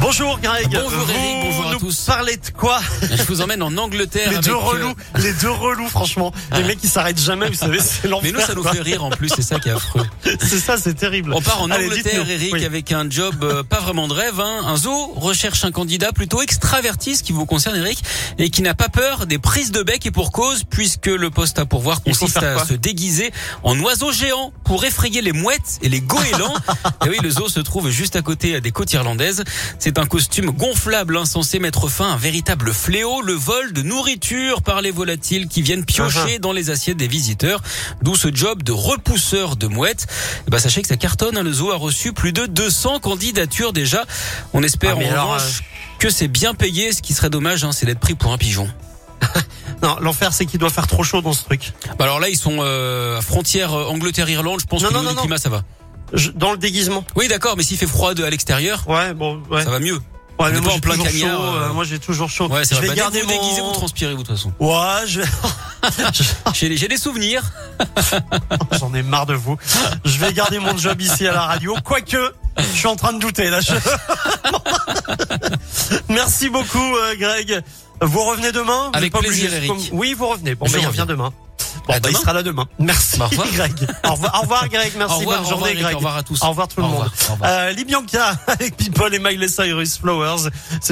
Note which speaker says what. Speaker 1: Bonjour Greg.
Speaker 2: Bonjour,
Speaker 1: Vous
Speaker 2: Eric, bonjour à
Speaker 1: nous
Speaker 2: tous.
Speaker 1: Parlez de quoi
Speaker 2: Je vous emmène en Angleterre.
Speaker 1: Les
Speaker 2: avec,
Speaker 1: deux
Speaker 2: euh, Ah.
Speaker 1: relous, les deux relous franchement. Les mecs qui s'arrêtent jamais, vous savez, c'est l'enfer.
Speaker 2: Mais nous, ça nous fait rire en plus, c'est ça qui est affreux.
Speaker 1: quoi. C'est ça, c'est terrible.
Speaker 2: On part en
Speaker 1: Allez,
Speaker 2: Angleterre,
Speaker 1: dites-nous.
Speaker 2: Eric,
Speaker 1: Oui.
Speaker 2: avec un job euh, pas vraiment de rêve. hein. Un zoo recherche un candidat plutôt extraverti, ce qui vous concerne, Eric, et qui n'a pas peur des prises de bec et pour cause, puisque le poste à pourvoir
Speaker 1: Il faut
Speaker 2: consiste
Speaker 1: faire
Speaker 2: à
Speaker 1: quoi
Speaker 2: se déguiser en oiseau géant pour effrayer les mouettes et les goélands. et oui, le zoo se trouve juste à côté des côtes irlandaises. C'est un costume gonflable hein, censé mettre fin à un véritable fléau, le vol de nourriture par les volatiles qui viennent piocher
Speaker 1: Uh-huh.
Speaker 2: dans les assiettes des visiteurs, d'où ce job de repousseur de mouettes. Eh ben, sachez que ça cartonne, hein, le zoo a reçu plus de 200 candidatures déjà. On espère
Speaker 1: Ah, mais
Speaker 2: en
Speaker 1: alors,
Speaker 2: revanche que c'est bien payé, ce qui serait dommage, hein, c'est d'être pris pour un pigeon.
Speaker 1: Non, l'enfer c'est qu'il doit faire trop chaud dans ce truc.
Speaker 2: Bah alors là, ils sont euh, à frontière euh, Angleterre-Irlande, je pense
Speaker 1: Non,
Speaker 2: que
Speaker 1: non,
Speaker 2: le
Speaker 1: non, non.
Speaker 2: climat, ça va.
Speaker 1: Je- dans le déguisement.
Speaker 2: Oui, d'accord, mais s'il fait froid de- à l'extérieur,
Speaker 1: Ouais, bon, ouais.
Speaker 2: ça va mieux.
Speaker 1: Ouais,
Speaker 2: on est
Speaker 1: moi
Speaker 2: pas en
Speaker 1: j'ai
Speaker 2: plein
Speaker 1: toujours
Speaker 2: cagnard,
Speaker 1: chaud,
Speaker 2: euh.
Speaker 1: euh, Moi j'ai toujours chaud.
Speaker 2: Ouais, ça
Speaker 1: je vais
Speaker 2: va. Bah, dès que
Speaker 1: garder
Speaker 2: vous
Speaker 1: mon-
Speaker 2: déguisez, vous transpirez, vous, de toute façon.
Speaker 1: Ouais, je Ah.
Speaker 2: J'ai des- j'ai des souvenirs.
Speaker 1: J'en ai marre de vous. Je vais garder mon job ici à la radio. Quoique, je suis en train de douter. Là, je- Merci beaucoup, euh, Greg. Vous revenez demain Vous
Speaker 2: Avec
Speaker 1: êtes pas
Speaker 2: plaisir,
Speaker 1: obligé,
Speaker 2: Eric.
Speaker 1: comme- Oui, vous revenez. Bon,
Speaker 2: Je
Speaker 1: ben, il
Speaker 2: reviens.
Speaker 1: revient demain. Bon,
Speaker 2: À
Speaker 1: ben, il
Speaker 2: demain.
Speaker 1: sera là demain. Merci,
Speaker 2: Au revoir.
Speaker 1: Greg. Au revoir, au revoir, Greg. Merci.
Speaker 2: Au revoir,
Speaker 1: Bonne
Speaker 2: au
Speaker 1: journée,
Speaker 2: revoir, Eric.
Speaker 1: Greg.
Speaker 2: Au revoir à tous.
Speaker 1: Au revoir tout le
Speaker 2: Au
Speaker 1: monde.
Speaker 2: revoir, au revoir.
Speaker 1: Euh, Libyanka avec People et Miley Cyrus Flowers. C'est